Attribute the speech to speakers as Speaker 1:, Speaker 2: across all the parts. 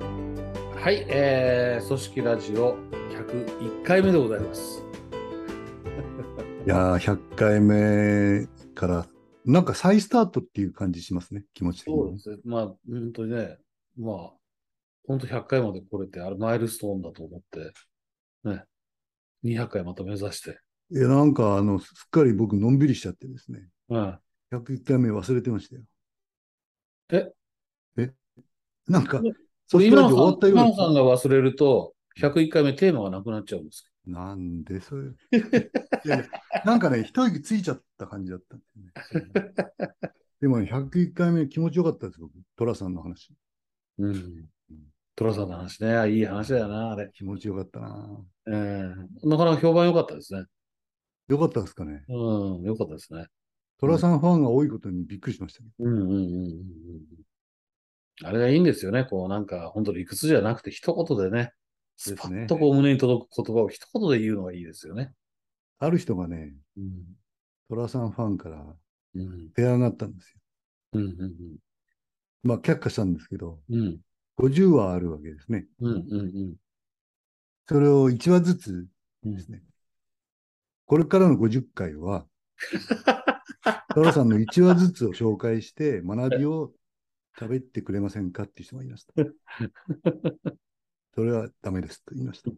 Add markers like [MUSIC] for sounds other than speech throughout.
Speaker 1: はい、えー、組織ラジオ101回目でございます。
Speaker 2: いやー、100回目から、なんか再スタートっていう感じしますね、気持ち的
Speaker 1: に、ね。そうですね。まあ、本当にね、まあ、本当100回まで来れて、あれマイルストーンだと思って、ね、200回また目指して。
Speaker 2: いや、なんか、あの、すっかり僕、のんびりしちゃってですね。
Speaker 1: うん。
Speaker 2: 101回目忘れてましたよ。
Speaker 1: え
Speaker 2: えなんか、
Speaker 1: それ今の終わったよう今野さんが忘れると、101回目テーマがなくなっちゃうんです
Speaker 2: なんでそれ [LAUGHS] なんかね、一息ついちゃった感じだったんですね。でも、ね、101回目気持ちよかったです、僕。寅さんの話。
Speaker 1: うん。寅さんの話ね。いい話だよな、あれ。
Speaker 2: 気持ちよかったな。
Speaker 1: えー、なかなか評判良かったですね。
Speaker 2: 良かったですかね。
Speaker 1: うん、良かったですね。
Speaker 2: 寅さんファンが多いことにびっくりしましたけ
Speaker 1: ど。うんうんうんうん。あれがいいんですよね。こうなんか、本当に理屈じゃなくて、一言でね、スパッとこう胸に届く言葉を一言で言うのがいいですよね。
Speaker 2: ある人がね、寅、うん、さんファンから手上がったんですよ。
Speaker 1: うんうんうん、
Speaker 2: まあ、却下したんですけど、
Speaker 1: うん、
Speaker 2: 50話あるわけですね。
Speaker 1: うんうんうん、
Speaker 2: それを1話ずつですね、うん、これからの50回は、トラさんの1話ずつを紹介して、学びを喋ってくれませんかって人がいました。それはダメですと言いました。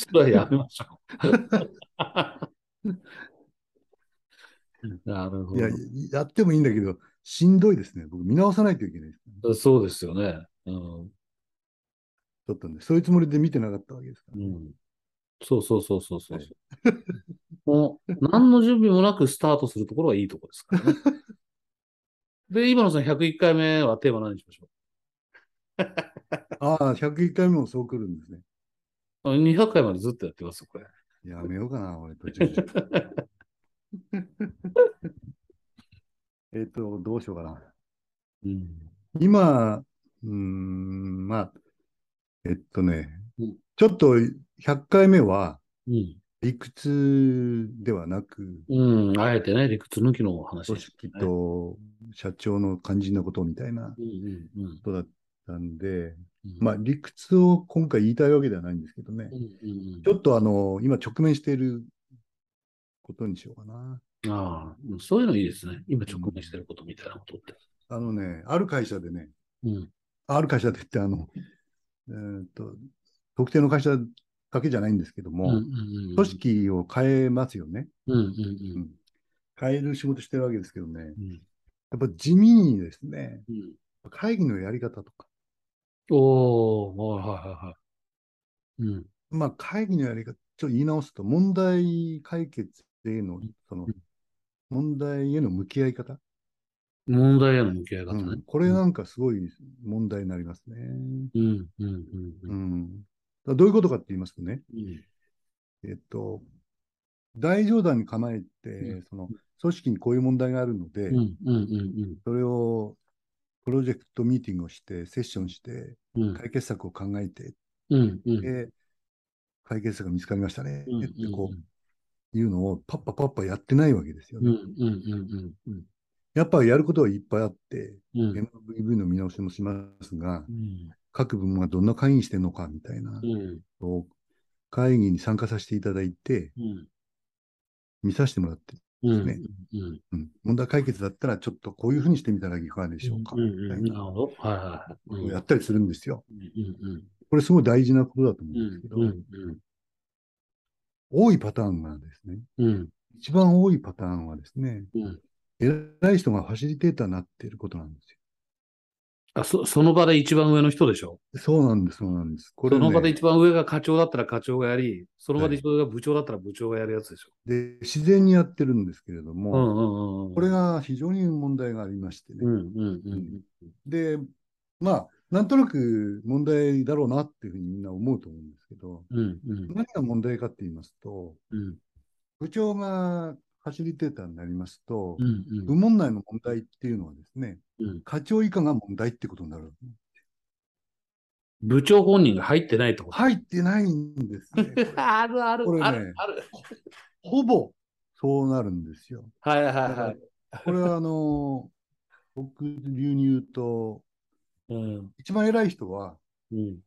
Speaker 1: それはやめましょう。なるほど。
Speaker 2: いや、やってもいいんだけど、しんどいですね。僕、見直さないといけないです、
Speaker 1: ね。そうですよね。うん。
Speaker 2: だったんで、そういうつもりで見てなかったわけですから、
Speaker 1: ね、うん。そうそうそうそうそう。はい、もう、何の準備もなくスタートするところはいいとこですからね。で、今野さん、101回目はテーマ何にしましょ
Speaker 2: うああ、101回目もそうくるんですね。
Speaker 1: 200回までずっとやってますよ、これ。
Speaker 2: やめようかな、俺、途中で。えっと、どうしようかな。
Speaker 1: うん、
Speaker 2: 今、うん、まあ、えっとね、うん、ちょっと100回目は、理屈ではなく、
Speaker 1: うん、あえてね、理屈抜きの話、ね、
Speaker 2: 組織と社長の肝心なことみたいなことだったんで、うんうんうん、まあ理屈を今回言いたいわけではないんですけどね、
Speaker 1: うんうんうん、
Speaker 2: ちょっとあの、今直面していることにしようかな。
Speaker 1: ああ、そういうのいいですね。今直面していることみたいなことって。
Speaker 2: あのね、ある会社でね、
Speaker 1: うん、
Speaker 2: ある会社でってあの、えー、っと、特定の会社だけじゃないんですけども、
Speaker 1: うんうんうん、
Speaker 2: 組織を変えますよね、
Speaker 1: うんうんうん、
Speaker 2: 変える仕事してるわけですけどね、
Speaker 1: うん、
Speaker 2: やっぱ地味にですね、
Speaker 1: うん、
Speaker 2: 会議のやり方とか。
Speaker 1: おおはいはいはい。うん、
Speaker 2: まあ会議のやり方、ちょっと言い直すと、問題解決への、その、問題への向き合い方。、
Speaker 1: 問題への向き合い方ね、うん
Speaker 2: これなんかすごい問題になりますね。。
Speaker 1: うん、うん、うん
Speaker 2: うん、どういうことかって言いますとね、
Speaker 1: うん、
Speaker 2: えっと、大冗談に構えて、その、組織にこういう問題があるので、
Speaker 1: うんうんうんうん、
Speaker 2: それを、プロジェクトミーティングをして、セッションして、解決策を考えて、
Speaker 1: うんうん、で、
Speaker 2: 解決策が見つかりましたね、うんうんうん、ってこう、いうのをパッパパッパやってないわけですよね。
Speaker 1: うんうんうんうん
Speaker 2: やっぱやることはいっぱいあって、
Speaker 1: うん、
Speaker 2: MVV の見直しもしますが、
Speaker 1: うん、
Speaker 2: 各部門がどんな会議にしてるのかみたいな、
Speaker 1: うん、
Speaker 2: 会議に参加させていただいて、
Speaker 1: うん、
Speaker 2: 見させてもらってですね、問題解決だったら、ちょっとこういうふうにしてみたらいかがでしょうか、。
Speaker 1: なるほど。はいはい
Speaker 2: やったりするんですよ、
Speaker 1: うんうん。
Speaker 2: これすごい大事なことだと思うんですけど、多いパターンがです
Speaker 1: ね、
Speaker 2: 一番多いパターンはですね、偉い人がファシリテーターになっていることなんですよ。
Speaker 1: あそその場で一番上の人でしょ
Speaker 2: そうなんです、そうなんです。
Speaker 1: これ、ね、その場で一番上が課長だったら課長がやり、その場で一番上が部長だったら部長がやるやつでしょ。
Speaker 2: はい、で、自然にやってるんですけれど
Speaker 1: も、うんうんうんうん、
Speaker 2: これが非常に問題がありましてね。
Speaker 1: うんうんうん、
Speaker 2: で、まあ、なんとなく問題だろうなっていうふうにみんな思うと思うんですけど、
Speaker 1: うんうん、
Speaker 2: 何が問題かって言いますと、
Speaker 1: うん、
Speaker 2: 部長がファシリテーターになりますと、
Speaker 1: うんうん、
Speaker 2: 部門内の問題っていうのはですね、
Speaker 1: うん、
Speaker 2: 課長以下が問題ってことになる。
Speaker 1: 部長本人が入ってないと
Speaker 2: 入ってないんですね。
Speaker 1: [LAUGHS] あるある、
Speaker 2: これね、
Speaker 1: あるある。
Speaker 2: ほぼそうなるんですよ。
Speaker 1: はいはいはい。
Speaker 2: これはあのー、僕流に言うと、
Speaker 1: うん、
Speaker 2: 一番偉い人は、
Speaker 1: うん、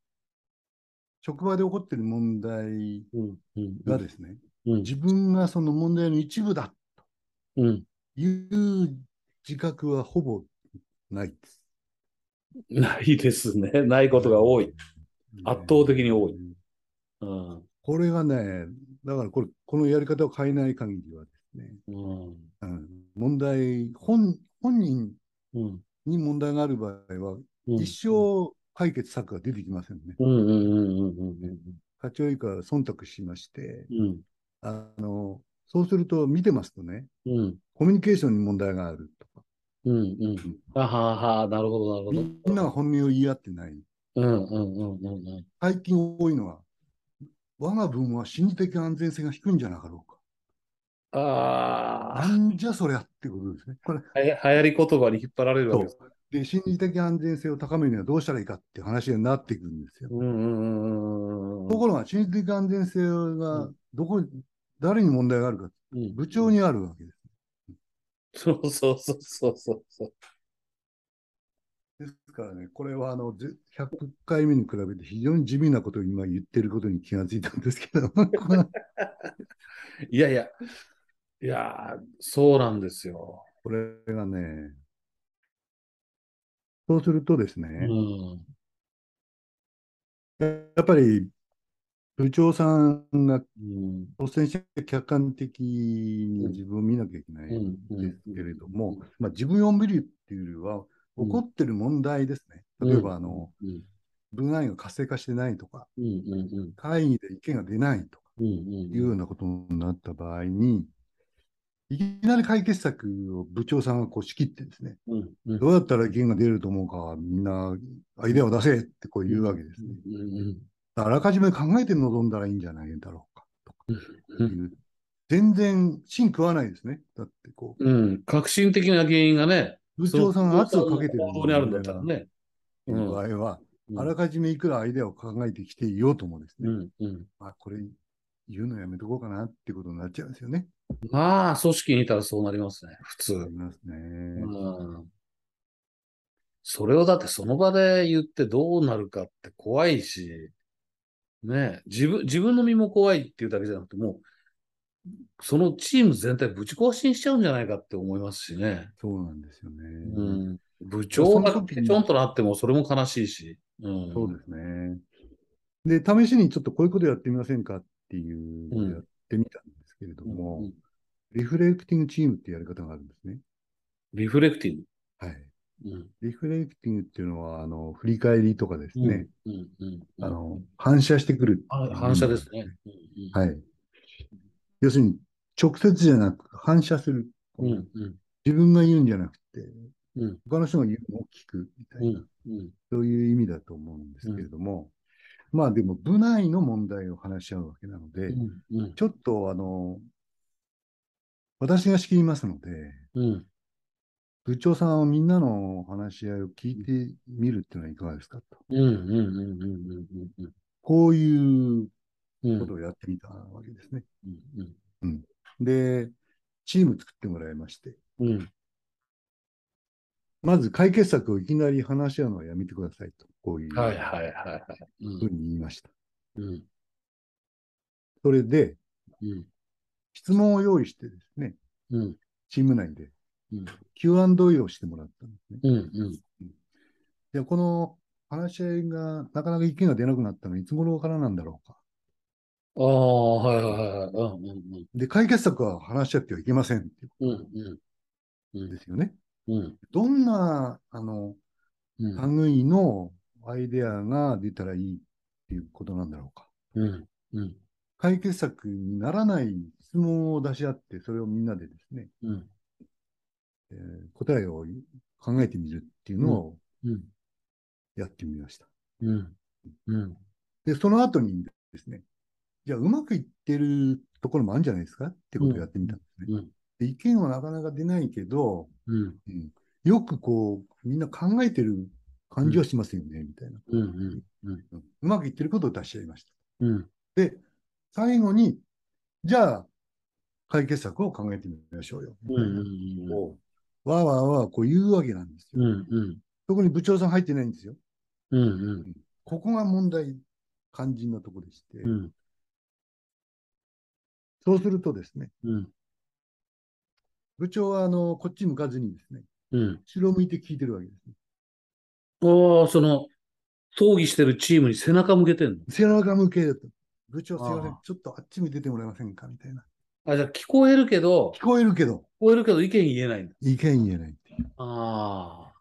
Speaker 2: 職場で起こってる問題
Speaker 1: うん、うん、
Speaker 2: がですね、
Speaker 1: うん、
Speaker 2: 自分がその問題の一部だ
Speaker 1: うん。
Speaker 2: という自覚はほぼないです。
Speaker 1: ないですね。 [LAUGHS] ないことが多い。圧倒的に多い。うん、
Speaker 2: これがね、だからこれ、このやり方を変えない限りはですね、
Speaker 1: うん、
Speaker 2: うん、問題、本、本人
Speaker 1: うん。
Speaker 2: に問題がある場合は、
Speaker 1: うん
Speaker 2: 一生解決策が出てきませんね。
Speaker 1: うんうんうんうんうん
Speaker 2: 課長以下は忖度しまして、
Speaker 1: うん
Speaker 2: あの、そうすると見てますとね、
Speaker 1: うんうん
Speaker 2: コミュニケーションに問題があるとか、
Speaker 1: うんうんあはははなるほどなるほ
Speaker 2: み
Speaker 1: ど
Speaker 2: んなが本音を言い合ってない。
Speaker 1: うんうんうんうんうん
Speaker 2: 最近多いのは、我が分は心理的安全性が低いんじゃなかろうか。な
Speaker 1: あ
Speaker 2: んじゃそりゃってことですね。これ
Speaker 1: あ流行り言葉に引っ張られるわけです
Speaker 2: で、心理的安全性を高めるにはどうしたらいいかっていう話になってくるんですよ。
Speaker 1: うんうんうんうん
Speaker 2: ところが、心理的安全性がどこ、誰に問題があるか、
Speaker 1: うん
Speaker 2: 部長にあるわけです。
Speaker 1: そうそうそうそうそうそう
Speaker 2: ですからね、これはあのぜ100回目に比べて非常に地味なことを今言ってることに気がついたんですけど、
Speaker 1: [LAUGHS] いやいやいやーそうなんですよ
Speaker 2: これがね、そうするとです
Speaker 1: う
Speaker 2: ね、
Speaker 1: ん
Speaker 2: やっぱり部長さんが
Speaker 1: うん
Speaker 2: 率先して客観的に自分を見なきゃいけない
Speaker 1: うんんう
Speaker 2: です
Speaker 1: ん
Speaker 2: けれども、まあ、自分を見るっていうよりは、起こってる問題ですね。
Speaker 1: うん
Speaker 2: 例えば、あの、
Speaker 1: うん
Speaker 2: 部内が活性化してないとか、
Speaker 1: うんうんうん
Speaker 2: 会議で意見が出ないとか、
Speaker 1: うん
Speaker 2: いうようなことになった場合に、いきなり解決策を部長さんがこう仕切ってですね、
Speaker 1: うんうん
Speaker 2: どうやったら意見が出ると思うかは、みんなアイデアを出せってこう言うわけですね。
Speaker 1: うん
Speaker 2: あらかじめ考えて臨んだらいいんじゃないだろうかと
Speaker 1: う
Speaker 2: かいう。全然芯食わないですね。だってこう、
Speaker 1: うん革新的な原因がね
Speaker 2: 部長さんが圧をかけてる
Speaker 1: 行動にあるんだったらね
Speaker 2: 場
Speaker 1: うん
Speaker 2: 合は、
Speaker 1: うん
Speaker 2: あらかじめいくらアイデアを考えてきていようともです
Speaker 1: う
Speaker 2: ね、
Speaker 1: んうん
Speaker 2: あ、これ言うのやめとこうかなってことになっちゃうんですよね。
Speaker 1: まあ、組織にいたらそうなりますね、普通。
Speaker 2: ありますね。
Speaker 1: うん。それをだってその場で言ってどうなるかって怖いし、ねえ、自分、自分の身も怖いっていうだけじゃなくて、もう、そのチーム全体ぶち壊しにしちゃうんじゃないかって思いますしね。
Speaker 2: そうなんですよね。
Speaker 1: うん。部長がペチョンとなってもそれも悲しいし。うん。
Speaker 2: そうですね。で、試しにちょっとこういうことやってみませんかっていうのをやってみたんですけれども、
Speaker 1: うん
Speaker 2: リフレクティングチームってやり方があるんですね。
Speaker 1: リフレクティ
Speaker 2: はい。
Speaker 1: ブ。うん。
Speaker 2: リフレクティングっていうのは、あの、振り返りとかですね、
Speaker 1: うん。うん。うん
Speaker 2: あ、の、反射してくる。
Speaker 1: は反射ですね。
Speaker 2: はい。要するに、直接じゃなく反射する。
Speaker 1: うん。うん。うん。
Speaker 2: 自分が言うんじゃなくて、
Speaker 1: うん
Speaker 2: 他の人が言うのを聞くみたいな、
Speaker 1: うん。うん。
Speaker 2: そういう意味だと思うんですけれども、まあでも部内の問題を話し合うわけなので、
Speaker 1: うん。うん。
Speaker 2: ちょっとあの、私が仕切りますので、
Speaker 1: うん。
Speaker 2: 部長さんはみんなの話し合いを聞いてみるっていうのはいかがですかと。
Speaker 1: うんうんうんうんうんうん
Speaker 2: こういう
Speaker 1: うん
Speaker 2: ことをやってみたわけですね。
Speaker 1: うん
Speaker 2: で、チーム作ってもらいまして、
Speaker 1: うんうん
Speaker 2: まず解決策をいきなり話し合うのはやめてくださいと、こういうふ
Speaker 1: は
Speaker 2: う
Speaker 1: いはいはいはい。うん
Speaker 2: に言いました。
Speaker 1: うん
Speaker 2: それで、
Speaker 1: うん
Speaker 2: 質問を用意してですね、
Speaker 1: うん
Speaker 2: チーム内で
Speaker 1: うん
Speaker 2: Q&A をしてもらったんですね。
Speaker 1: うんうん
Speaker 2: じゃあこの話し合いがなかなか意見が出なくなったのはいつ頃からなんだろうか。
Speaker 1: ああ、はいはいはい。うんうん
Speaker 2: で、解決策は話し合ってはいけませんっていうこ
Speaker 1: うんうんう
Speaker 2: と
Speaker 1: ん
Speaker 2: ですよね。
Speaker 1: うん
Speaker 2: どんな、あの、
Speaker 1: うん
Speaker 2: 類のアイデアが出たらいいっていうことなんだろうか。
Speaker 1: うんうん
Speaker 2: 解決策にならない質問を出し合って、それをみんなでですね、
Speaker 1: うん
Speaker 2: えー答えを考えてみるっていうのを
Speaker 1: うん
Speaker 2: やってみました。
Speaker 1: うんうん
Speaker 2: で、その後にですね、じゃあうまくいってるところもあるんじゃないですかってことをやってみたんですね。
Speaker 1: うん
Speaker 2: で意見はなかなか出ないけど、
Speaker 1: うん
Speaker 2: うんよくこう、みんな考えてる感じはしますよね、みたいな。
Speaker 1: うんうん
Speaker 2: うんうまくいってることを出し合いました。
Speaker 1: うん
Speaker 2: で、最後に、じゃあ、解決策を考えてみましょうよ。
Speaker 1: うんうん
Speaker 2: こうわーわーわーこう言うわけなんですよ。
Speaker 1: うんうん
Speaker 2: 特に部長さん入ってないんですよ。
Speaker 1: うんうん
Speaker 2: ここが問題。肝心なとこでして、
Speaker 1: うん。
Speaker 2: そうするとですね、
Speaker 1: うん。
Speaker 2: 部長はあのこっち向かずにですね、
Speaker 1: うん。
Speaker 2: 後ろ向いて聞いてるわけですね。
Speaker 1: ああ、その、討議してるチームに背中向けてんの
Speaker 2: 背中向けだと。部長すいませ
Speaker 1: あ
Speaker 2: ん
Speaker 1: あ、
Speaker 2: ちょっとあっち向いててもらえませんかみたいな。
Speaker 1: あ、じゃあ聞こえるけど、聞
Speaker 2: 聞こえるけど、
Speaker 1: こえるけど意見言えないんだ。
Speaker 2: 意見言えないっていう。
Speaker 1: ああ。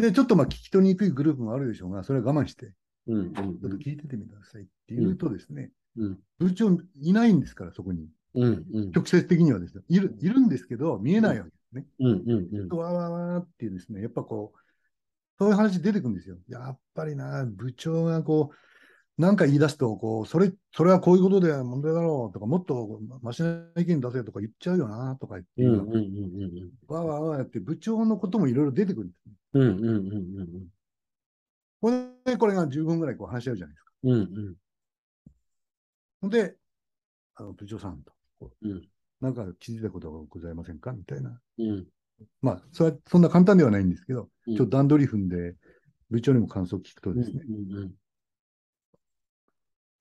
Speaker 2: で、ちょっとまあ聞き取りにくいグループもあるでしょうが、それは我慢して、
Speaker 1: うんうん
Speaker 2: ちょっと聞いててみてくださいって言うとですね、
Speaker 1: うん
Speaker 2: 部長いないんですから、そこに。
Speaker 1: うんうん
Speaker 2: 直接的にはですね、いるいるんですけど、見えないわけですね。
Speaker 1: うんうんうん
Speaker 2: わーわーわーっていうですね、やっぱこう、そういう話出てくるんですよ。やっぱりな、部長がこう、なんか言い出すと、こう、それ、それはこういうことで問題だろうとか、もっとマシな意見出せとか言っちゃうよな、とか言って、
Speaker 1: うんうんうん
Speaker 2: わーわーわーやって、部長のこともいろいろ出てくるんですね。
Speaker 1: うんうんうんうんうん
Speaker 2: これで、これが10分ぐらいこう話し合うじゃないですか。
Speaker 1: うんうん
Speaker 2: ほんで、あの、部長さんと、こう
Speaker 1: うん
Speaker 2: なんか気づいたことがございませんかみたいな。
Speaker 1: うん
Speaker 2: まあ、それはそんな簡単ではないんですけど、
Speaker 1: うん
Speaker 2: ちょっと段取り踏んで、部長にも感想を聞くと
Speaker 1: うん
Speaker 2: ですね、
Speaker 1: うんうん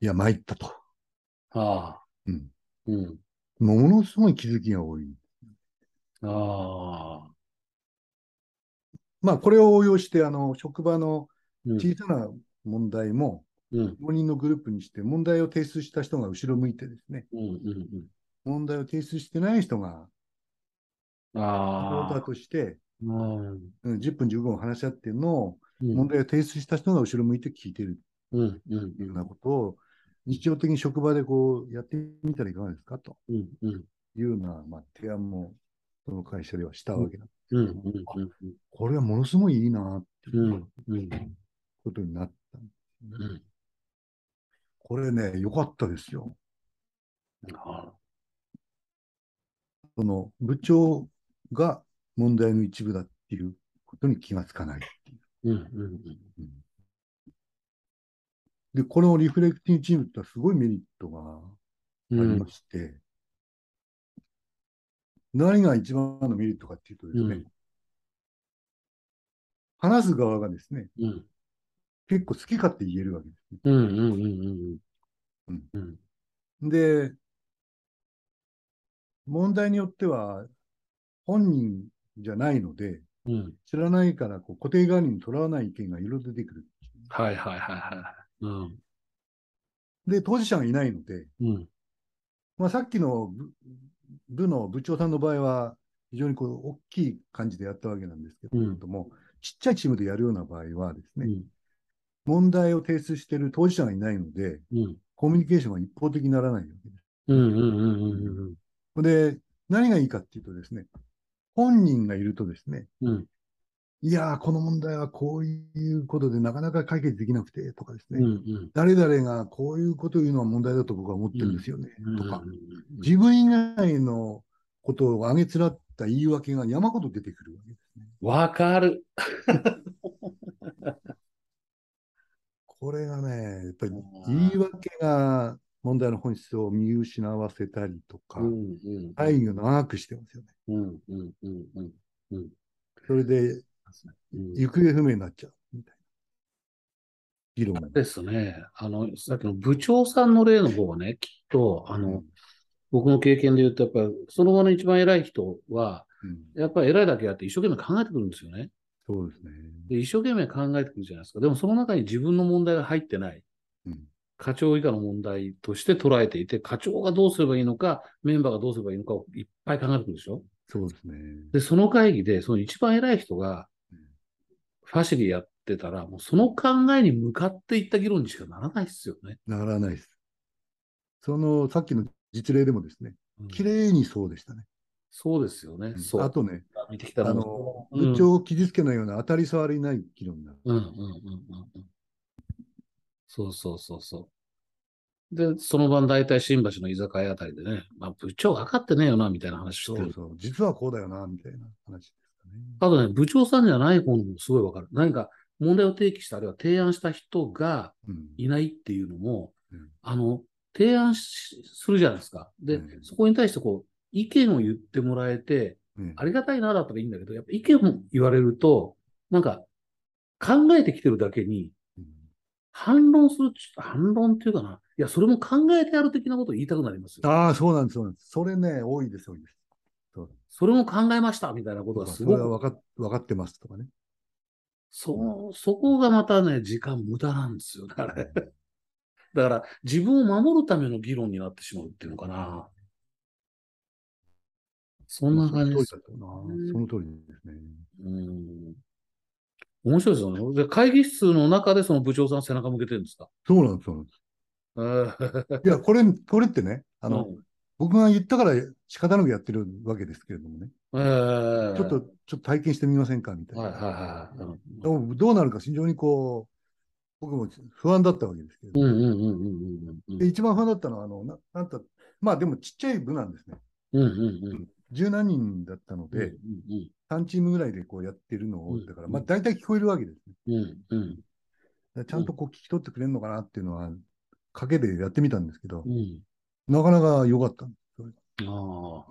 Speaker 2: いや、参ったと。
Speaker 1: ああ
Speaker 2: うん
Speaker 1: うん
Speaker 2: ものすごい気づきが多い。
Speaker 1: ああ
Speaker 2: まあ、これを応用して、あの、職場の
Speaker 1: うん
Speaker 2: 小さな問題も、
Speaker 1: うん
Speaker 2: 5人のグループにして、問題を提出した人が後ろ向いてですね、
Speaker 1: うんうん
Speaker 2: 問題を提出してない人が、
Speaker 1: うん
Speaker 2: サポータ
Speaker 1: ああ
Speaker 2: ーとして、
Speaker 1: うん
Speaker 2: うん、10分、15分話し合ってるのを、
Speaker 1: うん
Speaker 2: 問題を提出した人が後ろ向いて聞いてる
Speaker 1: うんうん
Speaker 2: というようなことを、日常的に職場でこうやってみたらいかがですかと
Speaker 1: うんうん
Speaker 2: いうような、まあ、提案も、その会社ではしたわけだ。
Speaker 1: うんうんうん
Speaker 2: これはものすごいいいな、って
Speaker 1: う
Speaker 2: いうん
Speaker 1: うん
Speaker 2: ことになった。
Speaker 1: うん
Speaker 2: これね、良かったですよ。
Speaker 1: あ
Speaker 2: その部長が問題の一部だっていうことに気がつかないってい
Speaker 1: うんうん
Speaker 2: う。で、このリフレクティングチームってのはすごいメリットが
Speaker 1: うんう
Speaker 2: あり
Speaker 1: ん
Speaker 2: まして、何が一番のメリットかっていうとですね、
Speaker 1: うん
Speaker 2: 話す側がですね、
Speaker 1: うん
Speaker 2: 結構好き勝手言えるわけですね。
Speaker 1: うんうんうんうんうん
Speaker 2: で、問題によっては本人じゃないので、
Speaker 1: うん
Speaker 2: 知らないからこう固定概念にとらわない意見がいろいろ出てくる。
Speaker 1: はいはいはいはいうん
Speaker 2: で、当事者がいないので、
Speaker 1: うん
Speaker 2: まあ、さっきの部部の部長さんの場合は、非常にこう大きい感じでやったわけなんですけ
Speaker 1: う
Speaker 2: れ
Speaker 1: ん
Speaker 2: ども、ちっちゃいチームでやるような場合はですね、
Speaker 1: うん
Speaker 2: 問題を提出している当事者がいないので、
Speaker 1: うん
Speaker 2: コミュニケーションが一方的にならないわけです。
Speaker 1: うんうんうんうん
Speaker 2: これで、何がいいかっていうとですね、本人がいるとですね、
Speaker 1: うん
Speaker 2: いやー、この問題はこういうことでなかなか解決できなくてとかです
Speaker 1: う
Speaker 2: ね、
Speaker 1: んうん
Speaker 2: 誰々がこういうことを言うのは問題だと僕は思ってるんですよね、
Speaker 1: うん
Speaker 2: とか、
Speaker 1: うん
Speaker 2: 自分以外のことをあげつらった言い訳が山ほど出てくるわけですね。
Speaker 1: わかる。
Speaker 2: これがね、やっぱり
Speaker 1: あー
Speaker 2: 言い訳が問題の本質を見失わせたりとか
Speaker 1: う、んうん
Speaker 2: 会議を長くしてますよね。
Speaker 1: うんうんうんうん
Speaker 2: それで
Speaker 1: うん。
Speaker 2: 行方不明になっちゃうみたいな。議論が。
Speaker 1: ですね。あの、さっきの部長さんの例の方はね、きっと、あの、僕の経験で言うと、やっぱり、その後の一番偉い人は、
Speaker 2: うん
Speaker 1: やっぱり偉いだけやって一生懸命考えてくるんですよね。
Speaker 2: そうですね。
Speaker 1: で、一生懸命考えてくるじゃないですか。でも、その中に自分の問題が入ってない。
Speaker 2: うん
Speaker 1: 課長以下の問題として捉えていて、課長がどうすればいいのか、メンバーがどうすればいいのかをいっぱい考えてくるでしょ。
Speaker 2: そうですね。
Speaker 1: で、その会議で、その一番偉い人が
Speaker 2: うん、
Speaker 1: ファシリやってたら、もうその考えに向かっていった議論にしかならないですよね。
Speaker 2: ならないです。その、さっきの実例でもですね、
Speaker 1: うん
Speaker 2: 綺麗にそうでしたね。
Speaker 1: そうですよね。そう。
Speaker 2: あとね、
Speaker 1: 見てきたら
Speaker 2: あの
Speaker 1: も、う
Speaker 2: 部長を傷つけないような当たり障りない議論になる。
Speaker 1: うんうんうんうんうん。そうそうそうそう。で、その晩大体新橋の居酒屋あたりでね、まあ部長分かってねえよな、みたいな話して
Speaker 2: そう
Speaker 1: る。
Speaker 2: そう、実はこうだよな、みたいな話ですかね。
Speaker 1: あとね、部長さんじゃない方にもすごい分かる。何か問題を提起した、あるいは提案した人が
Speaker 2: うん、
Speaker 1: いないっていうのも、
Speaker 2: うん
Speaker 1: あの、提案しするじゃないですか。で、
Speaker 2: うん
Speaker 1: そこに対してこう、意見を言ってもらえて、
Speaker 2: ね
Speaker 1: ありがたいなだったらいいんだけど、やっぱ意見も言われると、なんか、考えてきてるだけに、
Speaker 2: うん
Speaker 1: 反論する、反論っていうかな。いや、それも考えてやる的なことを言いたくなりますよ。
Speaker 2: ああ、そうなんです、そうなんです。それね、多いです、多いです。
Speaker 1: それも考えました、みたいなことがす
Speaker 2: そ
Speaker 1: ご
Speaker 2: れは
Speaker 1: く、
Speaker 2: 分かっ分かってますとかね。
Speaker 1: そ、そこがまたね、時間無駄なんですよね、あれ。 [LAUGHS] だから、自分を守るための議論になってしまうっていうのかな。そんな感じです
Speaker 2: その通りだと
Speaker 1: うん
Speaker 2: その通りですね。
Speaker 1: うん面白いですよね。で会議室の中でその部長さん背中向けてるんですか
Speaker 2: そうなんです、そうなんで
Speaker 1: えー
Speaker 2: す。いや、これ、これってね、あの、
Speaker 1: うん
Speaker 2: 僕が言ったから仕方なくやってるわけですけれどもね、
Speaker 1: [LAUGHS] えー
Speaker 2: ちょっと、ちょっと体験してみませんかみたいな。
Speaker 1: はいはいはいはい。
Speaker 2: でもどうなるか非常にこう、僕も不安だったわけですけれど
Speaker 1: う
Speaker 2: も、
Speaker 1: んうんうんうんうんうん
Speaker 2: で一番不安だったのは、あの、ななんた、まあでもちっちゃい部なんですね。
Speaker 1: うんうんうん
Speaker 2: 十何人だったの
Speaker 1: うん
Speaker 2: で、3チームぐらいでこうやってるの
Speaker 1: う
Speaker 2: を、
Speaker 1: ん
Speaker 2: だから、まあ大体聞こえるわけですね。
Speaker 1: うんうん
Speaker 2: だからちゃんとこう聞き取ってくれるのかなっていうのは、賭けでやってみたんですけど
Speaker 1: う、ん
Speaker 2: なかなか良かった。
Speaker 1: ああ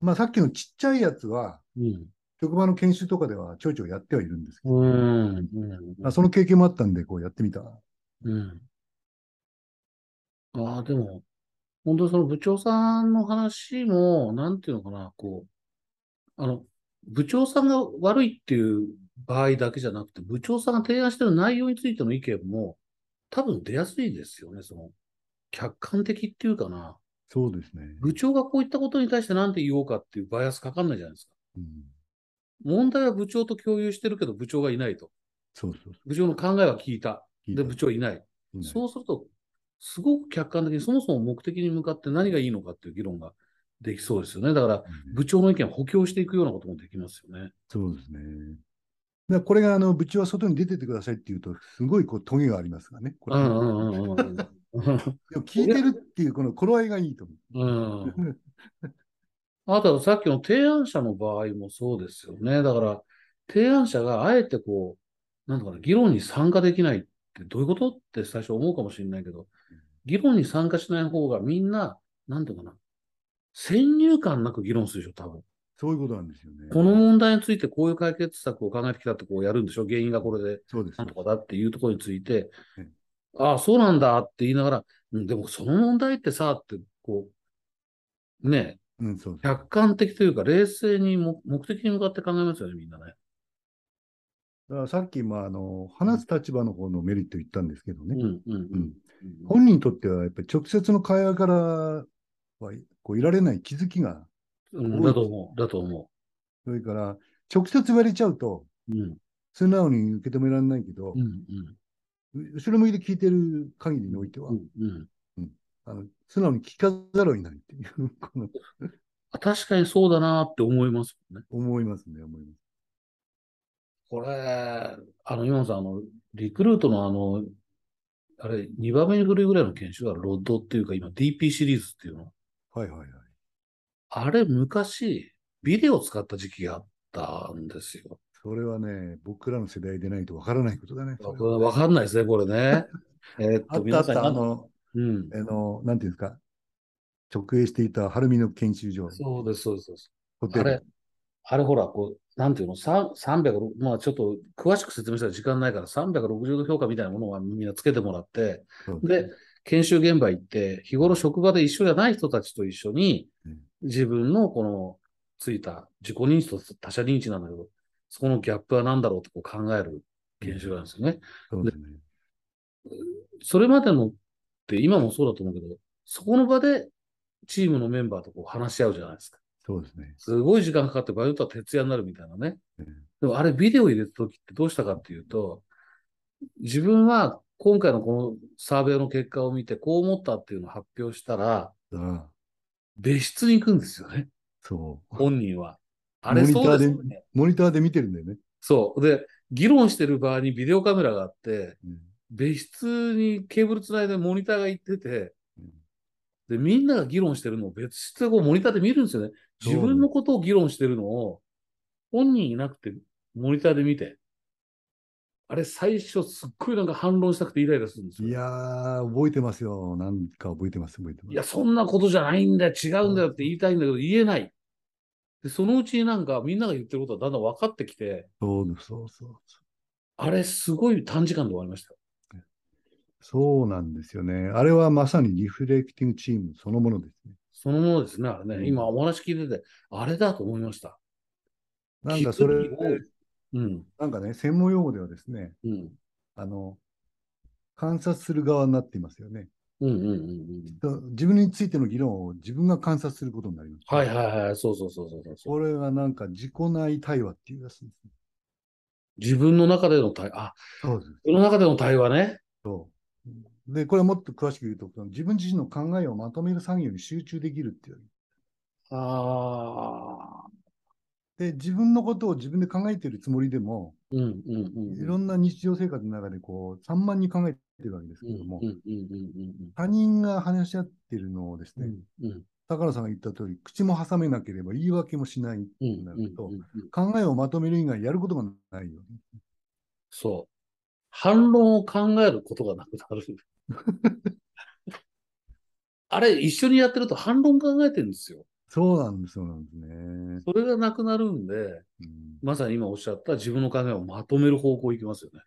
Speaker 2: まあさっきのちっちゃいやつは、
Speaker 1: うん
Speaker 2: 職場の研修とかではちょいちょいやってはいるんですけど、
Speaker 1: うんうん
Speaker 2: まあその経験もあったんで、こうやってみた。
Speaker 1: うんああ、でも、本当にその部長さんの話も、なんていうのかな、こう、あの、部長さんが悪いっていう場合だけじゃなくて、部長さんが提案してる内容についての意見も、多分出やすいですよね、その、客観的っていうかな。
Speaker 2: そうですね。
Speaker 1: 部長がこういったことに対して何て言おうかっていうバイアスかかんないじゃないですか。
Speaker 2: うん
Speaker 1: 問題は部長と共有してるけど、部長がいないと。
Speaker 2: そうそう
Speaker 1: 部長の考えは聞いた。
Speaker 2: そう。
Speaker 1: で、部長いない。
Speaker 2: うん
Speaker 1: そうすると、すごく客観的に、そもそも目的に向かって何がいいのかっていう議論ができそうですよね。だから、部長の意見を補強していくようなこともできますよね。
Speaker 2: そうですね。だからこれがあの部長は外に出ててくださいっていうと、すごいこうトゲがありますがね。こ
Speaker 1: う
Speaker 2: れ
Speaker 1: んうんうんうん
Speaker 2: でも聞いてるっていうこの頃合いがいいと思
Speaker 1: うん。うん。
Speaker 2: う。
Speaker 1: あとはさっきの提案者の場合もそうですよね。だから、提案者があえてこう、なんとかな、議論に参加できないってどういうことって最初思うかもしれないけど、議論に参加しない方がみんな、なんていうかな、先入観なく議論するでしょ、多分。
Speaker 2: そういうことなんですよね。
Speaker 1: この問題についてこういう解決策を考えてきたってこうやるんでしょ原因がこれで
Speaker 2: そうです
Speaker 1: な。んとかだっていうところについて
Speaker 2: うん、
Speaker 1: ああ、そうなんだって言いながら、うんでもその問題ってさ、ってこう、ね
Speaker 2: うん、そう
Speaker 1: え、客観的というか冷静にも目的に向かって考えますよね、みんなね。
Speaker 2: だからさっき、まあ、あの、話す立場の方のメリット言ったんですけど
Speaker 1: う
Speaker 2: ね。
Speaker 1: ん、うん、うん。
Speaker 2: 本人にとっては、やっぱり直接の会話からは、こう、いられない気づきが、
Speaker 1: うん、だと思う、だと思
Speaker 2: それから、直接言われちゃうと、
Speaker 1: う。うん、
Speaker 2: 素直に受け止められないけど
Speaker 1: うん、、うん、
Speaker 2: う後ろ向いて聞いてる限りにおいては、
Speaker 1: うん、うん。
Speaker 2: あの素直に聞かざるを得ないっていう、この
Speaker 1: あ確かにそうだなって思いますもんね。
Speaker 2: 思いますね、思います。
Speaker 1: これ、あの、今野さん、あの、リクルートのあの、あれ、2番目に古いぐらいの研修はロッドっていうか、今 DP シリーズっていうの。
Speaker 2: はいはいはい。
Speaker 1: あれ、昔、ビデオ使った時期があったんですよ。
Speaker 2: それはね、僕らの世代でないとわからないことだね。
Speaker 1: これわかんないですね、これ
Speaker 2: [LAUGHS]
Speaker 1: ね。えーっと、
Speaker 2: あったあ
Speaker 1: 皆
Speaker 2: っ
Speaker 1: さん、
Speaker 2: た、あ
Speaker 1: なん
Speaker 2: の、
Speaker 1: うん。
Speaker 2: あの、なんていうんですか、直営していた晴海の研修所、
Speaker 1: そうです、そうですそうです。
Speaker 2: ホテ
Speaker 1: あれ
Speaker 2: ル。、
Speaker 1: あれほら、こう、なんていうの、さん306、まあちょっと詳しく説明したら時間ないから、360度評価みたいなものはみんなつけてもらって、
Speaker 2: そう
Speaker 1: で、研修現場行って、日頃職場で一緒じゃない人たちと一緒に
Speaker 2: うん、
Speaker 1: 自分のこのついた自己認知と他者認知なんだけど、そこのギャップは何だろうってこう考える研修なんですよね。
Speaker 2: そうですね。
Speaker 1: それまでのって今もそうだと思うけど、そこの場でチームのメンバーとこう話し合うじゃないですか。
Speaker 2: そうですね。
Speaker 1: すごい時間かかって、場合によっては徹夜になるみたいなね
Speaker 2: うん。
Speaker 1: でもあれビデオ入れた時ってどうしたかっていうと、自分は今回のこのサーベイの結果を見てこう思ったっていうのを発表したら、
Speaker 2: だから、
Speaker 1: 別室に行くんですよね、
Speaker 2: そう。
Speaker 1: 本人は。あれ
Speaker 2: モニタ
Speaker 1: そう
Speaker 2: ー
Speaker 1: で
Speaker 2: です
Speaker 1: よね。
Speaker 2: モニターで見てるんだよね。
Speaker 1: そう。で、議論してる場合にビデオカメラがあって、
Speaker 2: うん
Speaker 1: 別室にケーブルつないでモニターが行ってて、
Speaker 2: うん
Speaker 1: で、みんなが議論してるのを別室でこうモニターで見るんですよね。自分のことを議論してるのを、本人いなくて、モニターで見て。あれ、最初、すっごいなんか反論したくてイライラするんですよ。
Speaker 2: いやー、覚えてますよ。なんか覚えてます、覚えてます。
Speaker 1: いや、そんなことじゃないんだよ、違うんだよって言いたいんだけど、言えない。で、そのうちになんか、みんなが言ってることはだんだん分かってきて、
Speaker 2: そうそうそうそう。
Speaker 1: あれ、すごい短時間で終わりましたよ。
Speaker 2: そうなんですよね。あれはまさにリフレクティングチームそのものですね。
Speaker 1: そのものですね、あれね。
Speaker 2: うん
Speaker 1: 今お話聞いてて、あれだと思いました。
Speaker 2: なんかそれ、
Speaker 1: うん、
Speaker 2: なんかね、専門用語ではですね、
Speaker 1: うん、
Speaker 2: あの、観察する側になっていますよね。
Speaker 1: うん、うん、うんうん。
Speaker 2: 自分についての議論を自分が観察することになります。
Speaker 1: はいはいはい、そうそうそうそうそう
Speaker 2: こ。れがなんか自己内対話っていうやつですね。
Speaker 1: 自分の中での対、あ、
Speaker 2: そうです。
Speaker 1: 自分の中での対話ね。
Speaker 2: そう。で、これはもっと詳しく言うと、自分自身の考えをまとめる作業に集中できるっていう。
Speaker 1: ああ、
Speaker 2: で、自分のことを自分で考えているつもりでも、
Speaker 1: うん、うん、うん。
Speaker 2: いろんな日常生活の中でこう、散漫に考えてるわけですけ
Speaker 1: うん、
Speaker 2: ども、
Speaker 1: うん、うん、うん、
Speaker 2: 他人が話し合ってるのをです
Speaker 1: うん、う
Speaker 2: ね、
Speaker 1: ん、うん、
Speaker 2: 高野さんが言った通り、口も挟めなければ言い訳もしない。
Speaker 1: うん、
Speaker 2: な
Speaker 1: うん、
Speaker 2: ると
Speaker 1: うん。
Speaker 2: 考えをまとめる以外やることがないよね。
Speaker 1: そう。反論を考えることがなくなる。
Speaker 2: [LAUGHS]
Speaker 1: あれ、一緒にやってると反論考えてるんですよ。
Speaker 2: そうなんです、そうなんですね。
Speaker 1: それがなくなるんで、
Speaker 2: うん
Speaker 1: まさに今おっしゃった自分の考えをまとめる方向行きますよね。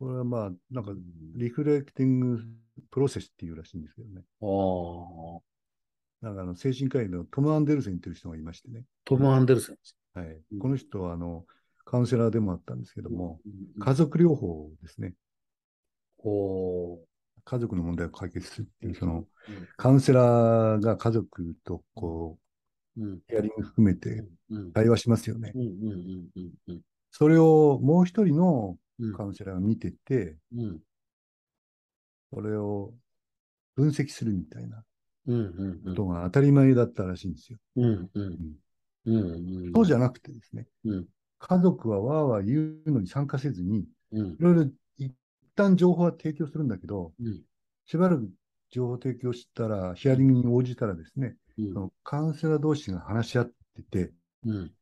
Speaker 2: これはまあ、なんか、リフレクティングプロセスっていうらしいんですけどね。
Speaker 1: ああ、
Speaker 2: なんかあの精神科医のトム・アンデルセンという人がいましてね。
Speaker 1: トム・アンデルセンです。
Speaker 2: はい
Speaker 1: うん。
Speaker 2: この人は、あの、カウンセラーでもあったんですけども、
Speaker 1: うん
Speaker 2: 家族療法ですね。
Speaker 1: こ
Speaker 2: 家族の問題を解決するっていう、その、
Speaker 1: う、
Speaker 2: カウンセラーが家族とこ
Speaker 1: うん、
Speaker 2: う、ヒアリング含め
Speaker 1: う
Speaker 2: て
Speaker 1: ん、うん、
Speaker 2: 対話しますよね
Speaker 1: う。ん、うん、うん、うん、
Speaker 2: それをもう一人の
Speaker 1: うん
Speaker 2: カウンセラーが見てて、
Speaker 1: うん、
Speaker 2: それを分析するみたいな
Speaker 1: うん、うん、う
Speaker 2: こ
Speaker 1: ん、
Speaker 2: とが当たり前だったらしいんですよ。
Speaker 1: うん、うん、うん、
Speaker 2: そうじゃなくてですね、
Speaker 1: うん、
Speaker 2: 家族はわーわー言うのに参加せずに、
Speaker 1: うん
Speaker 2: い、ろいろ一旦情報は提供するんだけど、
Speaker 1: うん、
Speaker 2: しばらく情報提供したら、ヒアリングに応じたらですね、そのカウンセラー同士が話し合ってて、
Speaker 1: うん、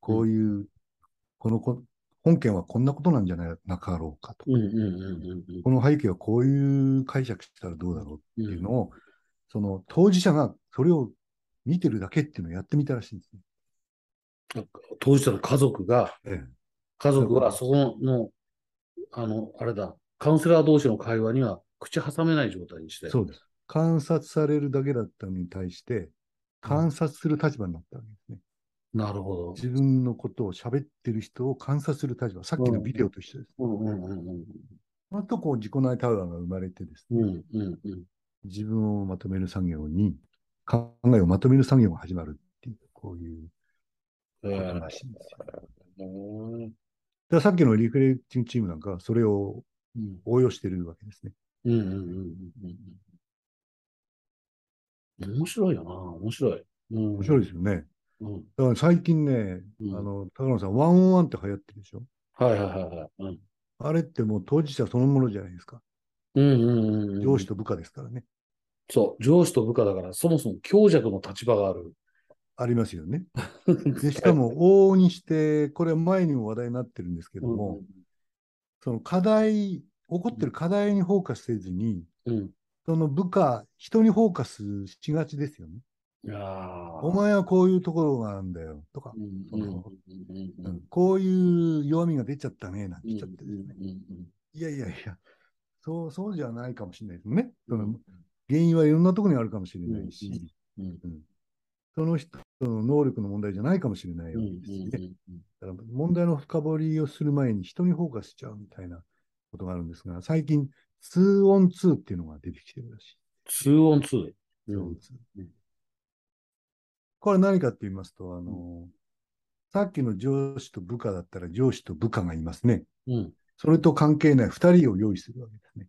Speaker 2: こういう、このこ本件はこんなことなんじゃないなかろうかと。
Speaker 1: うん、うん、うん、うん、
Speaker 2: この背景はこういう解釈したらどうだろうっていうのを、その当事者がそれを見てるだけっていうのをやってみたらしいんですね。
Speaker 1: 当事者の家族が、
Speaker 2: え
Speaker 1: 家族はそこの、あの、あれだ、カウンセラー同士の会話には口挟めない状態にして。
Speaker 2: そうです。観察されるだけだったのに対して、観察する立場になったわけですね。
Speaker 1: なるほど。
Speaker 2: 自分のことを喋ってる人を観察する立場、さっきのビデオと一緒です。
Speaker 1: うんうんうん
Speaker 2: そのとこう自己内対話が生まれてですね、
Speaker 1: うん。うんうんうん。
Speaker 2: 自分をまとめる作業に、考えをまとめる作業が始まるっていう、こういう
Speaker 1: え
Speaker 2: ことらしいんですよ。だか
Speaker 1: えうん
Speaker 2: らさっきのリフレクティングチームなんかはそれを
Speaker 1: うん
Speaker 2: 応用してるわけですね。
Speaker 1: うんうんうんうん。面白いよな、面白い。面
Speaker 2: 面白い
Speaker 1: い。
Speaker 2: ですよね。
Speaker 1: うん
Speaker 2: だから最近ね、
Speaker 1: うん
Speaker 2: あの、高野さん、ワンオンワンって流行ってるでしょ
Speaker 1: はいはいはいはい。うん
Speaker 2: あれってもう当事者そのものじゃないですか。
Speaker 1: うんうんうんうん。
Speaker 2: 上司と部下ですからね。
Speaker 1: そう、上司と部下だから、そもそも強弱の立場がある。
Speaker 2: ありますよ
Speaker 1: [LAUGHS]
Speaker 2: ね。で、しかも往々にして、これ前にも話題になってるんですけども、その課題、起こってる課題にフォーカスせずに、
Speaker 1: うん、うん。
Speaker 2: その部下、人にフォーカスしがちですよね。
Speaker 1: いや
Speaker 2: お
Speaker 1: ー
Speaker 2: 前はこういうところがあるんだよとか
Speaker 1: う、んうんうんうんうん
Speaker 2: うんこういう弱みが出ちゃったね、なんて言っちゃってですね。
Speaker 1: うんうん
Speaker 2: いやいやいや、そう、そうじゃないかもしれないですね。そ
Speaker 1: うん
Speaker 2: の原因はいろんなところにあるかもしれないし、
Speaker 1: うんうん
Speaker 2: その人の能力の問題じゃないかもしれない
Speaker 1: うんう
Speaker 2: わけ
Speaker 1: ん
Speaker 2: ですしね。
Speaker 1: うん
Speaker 2: だから問題の深掘りをする前に人にフォーカスしちゃうみたいなことがあるんですが、最近、2オン2っていうのが出てきてるらし
Speaker 1: ツーオンツー。
Speaker 2: い。
Speaker 1: う
Speaker 2: 2on2
Speaker 1: んうん
Speaker 2: これ何かって言いますと、あの、さっきの上司と部下だったら上司と部下がいますね。
Speaker 1: うん。
Speaker 2: それと関係ない2人を用意するわけですね、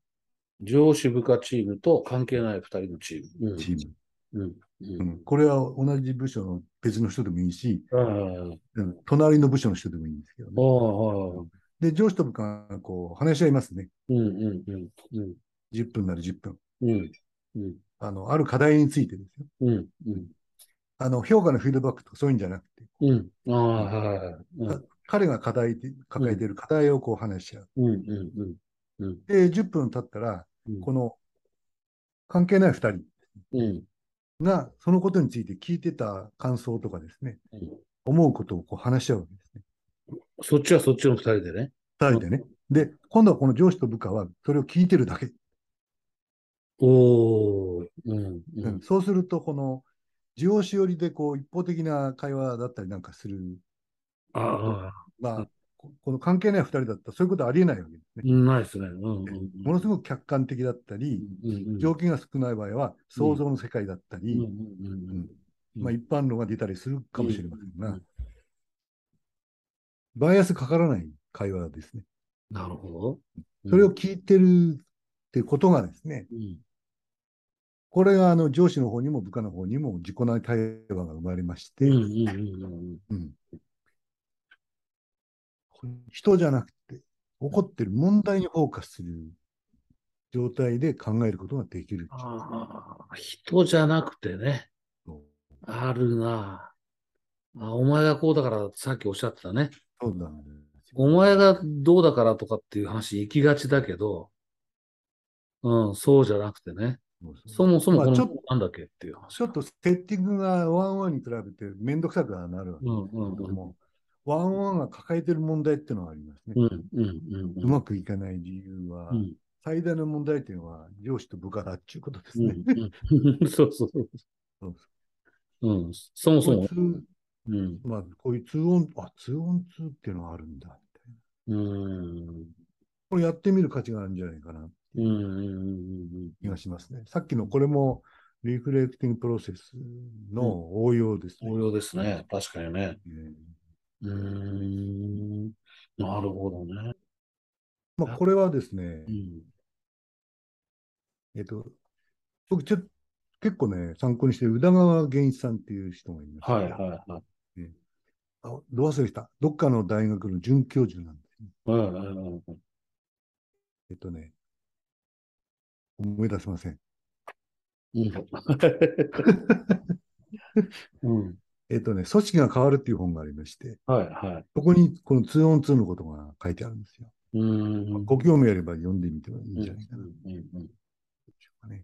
Speaker 1: 上司部下チームと関係ない二人のチーム。うん
Speaker 2: チーム。
Speaker 1: うん。う
Speaker 2: うんん、これは同じ部署の別の人でもいいし、
Speaker 1: うん。
Speaker 2: うん、隣の部署の人でもいいんですけどね。
Speaker 1: ああ、
Speaker 2: で、上司と部下がこう話し合いますね。
Speaker 1: うんうんうんうん
Speaker 2: 10分なら10分。
Speaker 1: うんうん
Speaker 2: あの、ある課題についてですよ。
Speaker 1: うんうん
Speaker 2: あの、評価のフィードバックとかそういうんじゃなくて、
Speaker 1: うん。ああ、はいはい。うん
Speaker 2: 彼が課題で抱えている課題をこう話し合う。
Speaker 1: うんうんうん
Speaker 2: で、10分経ったら、
Speaker 1: うん
Speaker 2: この関係ない2人
Speaker 1: うん
Speaker 2: がそのことについて聞いてた感想とかですね、
Speaker 1: うん
Speaker 2: 思うことをこう話し合うわけですね。
Speaker 1: そっちはそっちの二人でね。
Speaker 2: 2人でね。で、今度はこの上司と部下はそれを聞いてるだけ。
Speaker 1: おー、うん、う
Speaker 2: うん
Speaker 1: ん、
Speaker 2: そうすると、この、需要し寄りでこう一方的な会話だったりなんかする、
Speaker 1: あ
Speaker 2: まあ、ここの関係ない二人だったらそういうことありえないわけですね。
Speaker 1: あ、ないですね。うん、うんうん。
Speaker 2: ものすごく客観的だったり、
Speaker 1: うんうんうん
Speaker 2: 条件が少ない場合は想像の世界だったり、
Speaker 1: うんうんうんうん
Speaker 2: まあ、一般論が出たりするかもしれません
Speaker 1: うん
Speaker 2: が
Speaker 1: うん、
Speaker 2: バイアスかからない会話ですね。
Speaker 1: なるほど。
Speaker 2: それを聞いてるってことがですね、
Speaker 1: うん、
Speaker 2: これがあの上司の方にも部下の方にも自己内対話が生まれまして、
Speaker 1: うん、うん、うんうん。
Speaker 2: うん人じゃなくて、起こってる問題にフォーカスする状態で考えることができる。
Speaker 1: ああ、人じゃなくてね。
Speaker 2: そう
Speaker 1: あるなあ。あお前がこうだから、さっきおっしゃってたね。
Speaker 2: そうなんですよ
Speaker 1: お前がどうだからとかっていう話行きがちだけど、うん、そうじゃなくてね。
Speaker 2: そうそう
Speaker 1: そもそも
Speaker 2: まあ
Speaker 1: この、
Speaker 2: ちょっと
Speaker 1: なんだっけっていう話。
Speaker 2: ちょっとセッティングがワンワンに比べて面倒くさくはなるわけ
Speaker 1: う
Speaker 2: で
Speaker 1: ん、うん、
Speaker 2: すけど
Speaker 1: うん。
Speaker 2: も、ワンワンが抱えてる問題っていうのはありますね。
Speaker 1: うん、うん、
Speaker 2: うまくいかない理由は、
Speaker 1: うん。
Speaker 2: 最大の問題点は上司と部下だっていうことです
Speaker 1: う
Speaker 2: ね。
Speaker 1: ん、うん。そうそうそう。うん、そもそ
Speaker 2: こ
Speaker 1: も
Speaker 2: う。いう
Speaker 1: うん。
Speaker 2: 通まあ、こういう通音、あ、通音通っていうのがあるんだ、みたいな。
Speaker 1: うん。
Speaker 2: これやってみる価値があるんじゃないかな、
Speaker 1: うんうん
Speaker 2: 気がしますね。さっきのこれも、リフレクティングプロセスの応用です
Speaker 1: うん。
Speaker 2: ね。
Speaker 1: 応用ですね。確かにね。
Speaker 2: うん
Speaker 1: うーん。なるほどね。
Speaker 2: まあ、これはですね
Speaker 1: う、ん。
Speaker 2: えっと、僕ちょっと、結構ね、参考にしてる宇田川源一さんっていう人がいます。
Speaker 1: はいはいはい。
Speaker 2: あ、ど忘れした。どっかの大学の准教授なんですね。
Speaker 1: うんうんうん。
Speaker 2: えっとね、思い出せません。
Speaker 1: うん。うん。
Speaker 2: えっとね、組織が変わるっていう本がありまして、
Speaker 1: はいは
Speaker 2: そこにこの2オン2のことが書いてあるんですよ。
Speaker 1: い。うーん。
Speaker 2: ご興味あれば読んでみてもいい
Speaker 1: うんん
Speaker 2: じゃないかな、
Speaker 1: うんうん
Speaker 2: ね。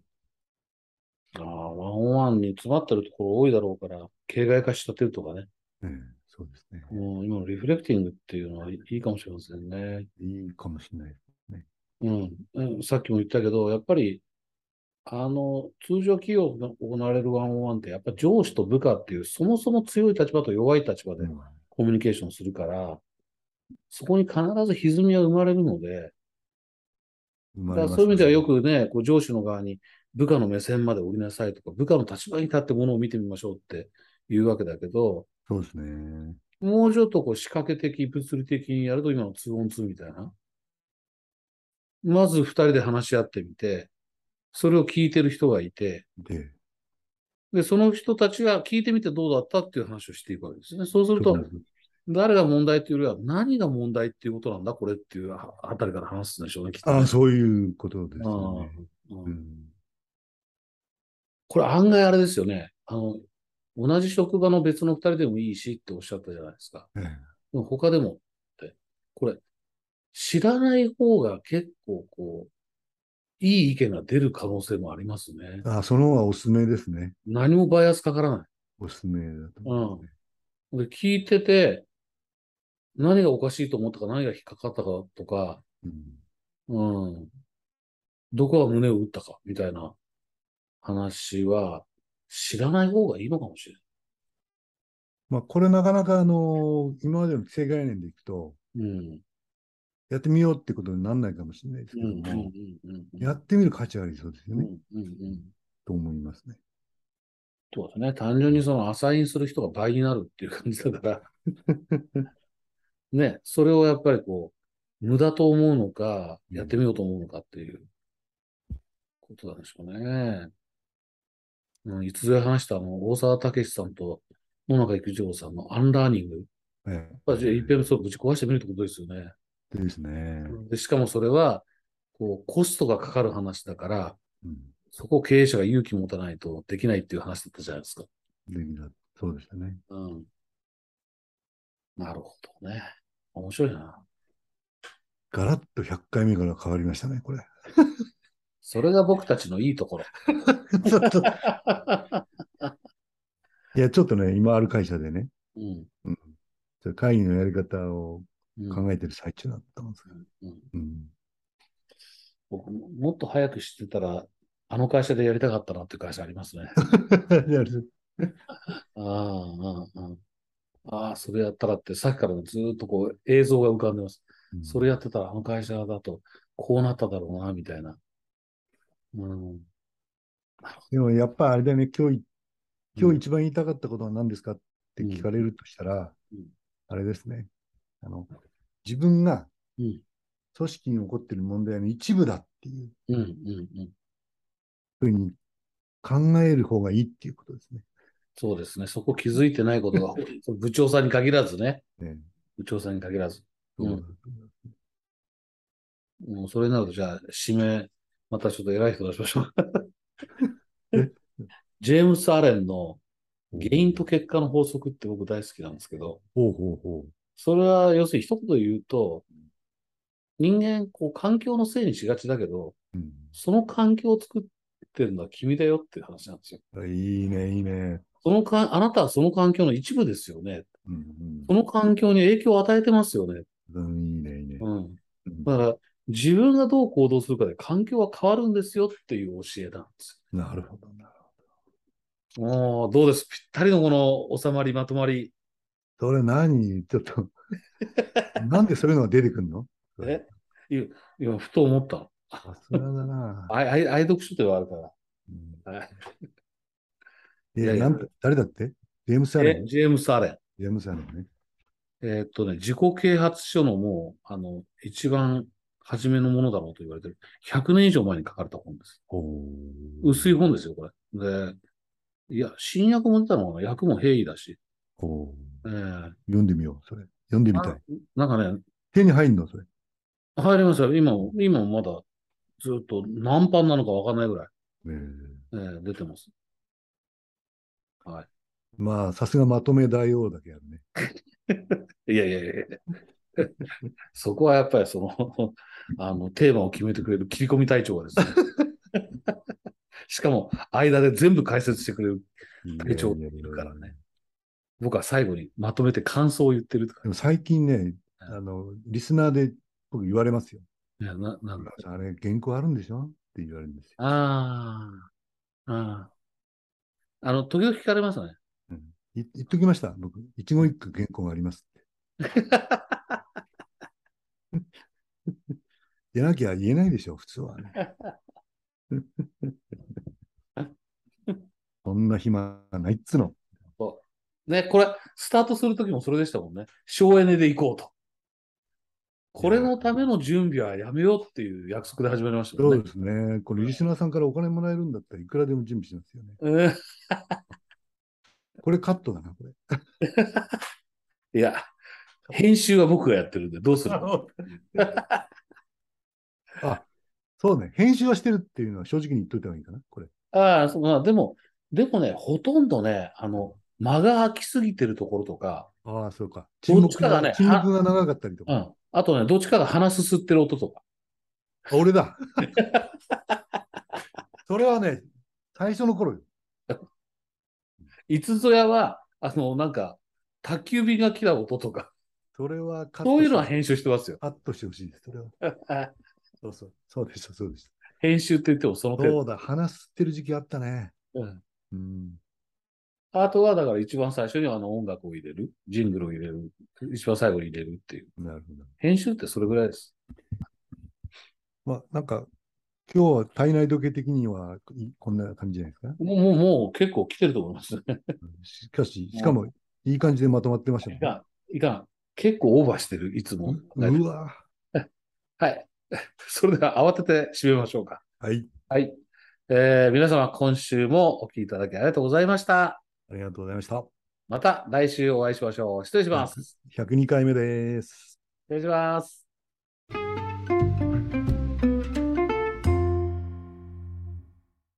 Speaker 1: ああ、ワンワンに詰まってるところ多いだろうから、形骸化し立てるとかね。
Speaker 2: うん、そうですね。
Speaker 1: うん、今のリフレクティングっていうのはいいいかもしれませんね。
Speaker 2: いいかもしれない。
Speaker 1: うん、うんさっきも言ったけど、やっぱり、あの、通常企業が行われるワンオンワンって、やっぱ上司と部下っていう、そもそも強い立場と弱い立場で
Speaker 2: うん
Speaker 1: コミュニケーションするから、そこに必ず歪みは生まれるので、だ
Speaker 2: 生
Speaker 1: か
Speaker 2: まれ
Speaker 1: ら
Speaker 2: ま
Speaker 1: そ
Speaker 2: す
Speaker 1: ういう意味ではよ
Speaker 2: ね
Speaker 1: くね、こう上司の側に部下の目線まで降りなさいとか、部下の立場に立ってものを見てみましょうっていうわけだけど、
Speaker 2: そうですね。
Speaker 1: もうちょっとこう仕掛け的、物理的にやると今の 2on2 みたいな。まず二人で話し合ってみて、それを聞いてる人がいて、
Speaker 2: で、
Speaker 1: で、その人たちが聞いてみてどうだったっていう話をしていくわけですね。そうすると、誰が問題というよりは何が問題っていうことなんだ、これっていうああたりから話すんでしょうね、きっとね、
Speaker 2: ああ、そういうことですよね。
Speaker 1: うん
Speaker 2: う
Speaker 1: うん
Speaker 2: ん、
Speaker 1: これ案外あれですよね。あの、同じ職場の別の二人でもいいしっておっしゃったじゃないですか。
Speaker 2: ええ
Speaker 1: でも他でもって、これ、知らない方が結構こう、いい意見が出る可能性もありますね。
Speaker 2: ああ、その方がおすすめですね。
Speaker 1: 何もバイアスかからない。
Speaker 2: おすすめだと思いますね。
Speaker 1: で聞いてて、何がおかしいと思ったか、何が引っかかったかとか、
Speaker 2: うん
Speaker 1: うん、どこが胸を打ったか、みたいな話は、知らない方がいいのかもし
Speaker 2: まあ、これなかなか、あの今までの規制概念でいくと、
Speaker 1: れない。うん。
Speaker 2: やってみようってことにならないかもしれないですけども、
Speaker 1: うんうんうん
Speaker 2: やってみる価値ありそうですよ
Speaker 1: うん
Speaker 2: ね、
Speaker 1: うんうん
Speaker 2: と思いますね。
Speaker 1: そうですね。単純にそのアサインする人が倍になるっていう感じだ [LAUGHS] から。ね、それをやっぱりこう、無駄と思うのか、
Speaker 2: うん
Speaker 1: やってみようと思うのかっていうことなんでしょうね。うん、いつぞや話したあの、大沢武さんと野中育次郎さんのアンラーニング。やっ
Speaker 2: え
Speaker 1: ぱり一遍それぶち壊してみるってことですよね。
Speaker 2: えですね。
Speaker 1: でしかもそれは、こう、コストがかかる話だから、
Speaker 2: うん。
Speaker 1: そこを経営者が勇気持たないとできないっていう話だったじゃないですか。
Speaker 2: できたそうでしたね。
Speaker 1: うん。なるほどね。面白いな。
Speaker 2: ガラッと100回目から変わりましたね、これ。 [LAUGHS]
Speaker 1: それが僕たちのいいところ。
Speaker 2: ちょっといや、ちょっとね、今ある会社でね、
Speaker 1: うん。
Speaker 2: ちょっと会議のやり方を
Speaker 1: うん
Speaker 2: 考えてる最中だったんですけど。
Speaker 1: うん
Speaker 2: うん
Speaker 1: [LAUGHS] 僕ももっと早く知ってたら、あの会社でやりたかったなっていう会社あります
Speaker 2: [LAUGHS]
Speaker 1: ね。
Speaker 2: やる
Speaker 1: ああ、ああ、ああ、それやったらって、さっきからずっとこう映像が浮かんでます。それやってたら、あの会社だと、こうなっただろうな、みたいな。うん。
Speaker 2: でもやっぱあれだよね、今日い、今日一番言いたかったことは何ですかって聞かれるとしたら、
Speaker 1: うんうん
Speaker 2: あれですね。あの、自分が
Speaker 1: うん
Speaker 2: 組織に起こってる問題の一部だっていう
Speaker 1: うん、うん、うん。
Speaker 2: ふうに考える方がいいっていうことですね。
Speaker 1: そうですね。そこ気づいてないことが、部長さんに限らずね。
Speaker 2: ね
Speaker 1: 部長さんに限らず。
Speaker 2: そう
Speaker 1: う
Speaker 2: だ
Speaker 1: んもうそれになると、じゃあ、指名、またちょっと偉い人出しましょう。 [LAUGHS] ジェームス・アレンの原因と結果の法則って僕大好きなんですけど、
Speaker 2: ほうほうほう。
Speaker 1: それは要するに一言で言うと、人間、こう、環境のせいにしがちだけど、
Speaker 2: うん
Speaker 1: その環境を作ってるのは君だよっていう話なんですよ。
Speaker 2: あいいね、いいね。
Speaker 1: そのか、あなたはその環境の一部ですよね。
Speaker 2: うん
Speaker 1: その環境に影響を与えてますよね。
Speaker 2: うん、うんいいね、いいね。
Speaker 1: うん。
Speaker 2: うん
Speaker 1: だから、自分がどう行動するかで環境は変わるんですよっていう教えなんですよ
Speaker 2: なるほどな。
Speaker 1: もう、どうですぴったりのこの収まり、まとまり。
Speaker 2: それ何ちょっ
Speaker 1: [LAUGHS]
Speaker 2: と、なんでそういうのが出てくるの
Speaker 1: えい今、ふと思ったの。
Speaker 2: さすがだな。
Speaker 1: あいあい愛読書ではあるから。
Speaker 2: うん
Speaker 1: はいい
Speaker 2: い
Speaker 1: や
Speaker 2: や、
Speaker 1: いや
Speaker 2: なんて誰だってジェームス・アレ
Speaker 1: え
Speaker 2: ン。
Speaker 1: ジェームス・アレン。
Speaker 2: ジェームス・アレンね。
Speaker 1: えーっとね、自己啓発書のもう、あの、一番初めのものだろうと言われてる。100年以上前に書かれた本です。
Speaker 2: ほう。
Speaker 1: 薄い本ですよ、これ。で、いや、新訳も出たのかな訳も平易だし。
Speaker 2: ほ
Speaker 1: えー
Speaker 2: う。読んでみよう、それ。読んでみたい。
Speaker 1: なんかね、
Speaker 2: 手に入んの、それ。
Speaker 1: 入りましたよ。今も、今もまだ、ずっと何版なのかわかんないぐらい、
Speaker 2: え
Speaker 1: え
Speaker 2: え
Speaker 1: ー出てます。
Speaker 2: まあ、さすがまとめ大王だけどね。
Speaker 1: いやいやいやい [LAUGHS] や。そこはやっぱりその、 [LAUGHS] あの、テーマを決めてくれる切り込み隊長がですね。しかも、間で全部解説してくれる。隊長
Speaker 2: いやいや
Speaker 1: い
Speaker 2: い
Speaker 1: る
Speaker 2: や
Speaker 1: からね。僕は最後にまとめて感想を言ってるとか
Speaker 2: でも最近ね、あの、リスナーで僕言われますよ。
Speaker 1: ね。ななんだ。
Speaker 2: あれ、原稿あるんでしょって言われるんですよ。
Speaker 1: ああ。ああ。あの、時々聞かれますね。
Speaker 2: い言っときました、僕。一期一句原稿がありますって。
Speaker 1: [LAUGHS]
Speaker 2: でなきゃ言えないでしょ、普通は
Speaker 1: [LAUGHS]
Speaker 2: ね。そんな暇がないっつの。
Speaker 1: ね、これ、スタートするときもそれでしたもんね。省エネで行こうと。これのための準備はやめようっていう約束で始まりましたもん
Speaker 2: そ
Speaker 1: ね。
Speaker 2: うですね。これ、リスナーさんからお金もらえるんだったらいくらでも準備しますよね。
Speaker 1: うん
Speaker 2: これカットだな、
Speaker 1: [LAUGHS]
Speaker 2: これ。
Speaker 1: いや、編集は僕がやってるんで、どうする
Speaker 2: あ、そうね。編集はしてるっていうのは正直に言っといた方がいいかな、これ。
Speaker 1: ああ、そうまあ、でも、でもね、ほとんどね、あの、間が空きすぎてるところとか、
Speaker 2: ああ、そうか。沈
Speaker 1: どっ
Speaker 2: 黙
Speaker 1: ちかが
Speaker 2: が、
Speaker 1: ね
Speaker 2: 沈黙が長かったりと
Speaker 1: う
Speaker 2: か。
Speaker 1: ん。あとね、どっちかが鼻すすってる音とか。
Speaker 2: あ俺だ。 [LAUGHS] それはね、最初の頃よ。
Speaker 1: いつぞやは、あの、なんか、宅急便が来た音とか、
Speaker 2: それはカット
Speaker 1: そういうのは
Speaker 2: して
Speaker 1: 編集してますよ。
Speaker 2: カットしてほしいです。それは。
Speaker 1: [LAUGHS]
Speaker 2: そうそう。そうでした、そうでした。
Speaker 1: 編集って言ってもその程
Speaker 2: そ
Speaker 1: 度。
Speaker 2: うだ、話すってる時期あったね。
Speaker 1: うん
Speaker 2: うん。
Speaker 1: あとは、だから一番最初にあの音楽を入れる、ジングルを入れる、一番最後に入れるっていう。
Speaker 2: なるほど。
Speaker 1: 編集ってそれぐらいです。
Speaker 2: まあ、なんか、今日は体内時計的にはいこんな感じじゃないですか。
Speaker 1: もう、もう、もう結構来てると思いますね。
Speaker 2: しかし、しかも、いい感じでまとまってました
Speaker 1: い
Speaker 2: ね。
Speaker 1: かん、いかん。結構オーバーしてる、いつも。
Speaker 2: うわ
Speaker 1: はい。 [LAUGHS] それでは慌てて締めましょうか。
Speaker 2: はい。
Speaker 1: はい。えー皆様、今週もお聞きいただきありがとうございました。
Speaker 2: ありがとうございました。
Speaker 1: また来週お会いしましょう。失礼します。
Speaker 2: 102回目です。
Speaker 1: 失礼します。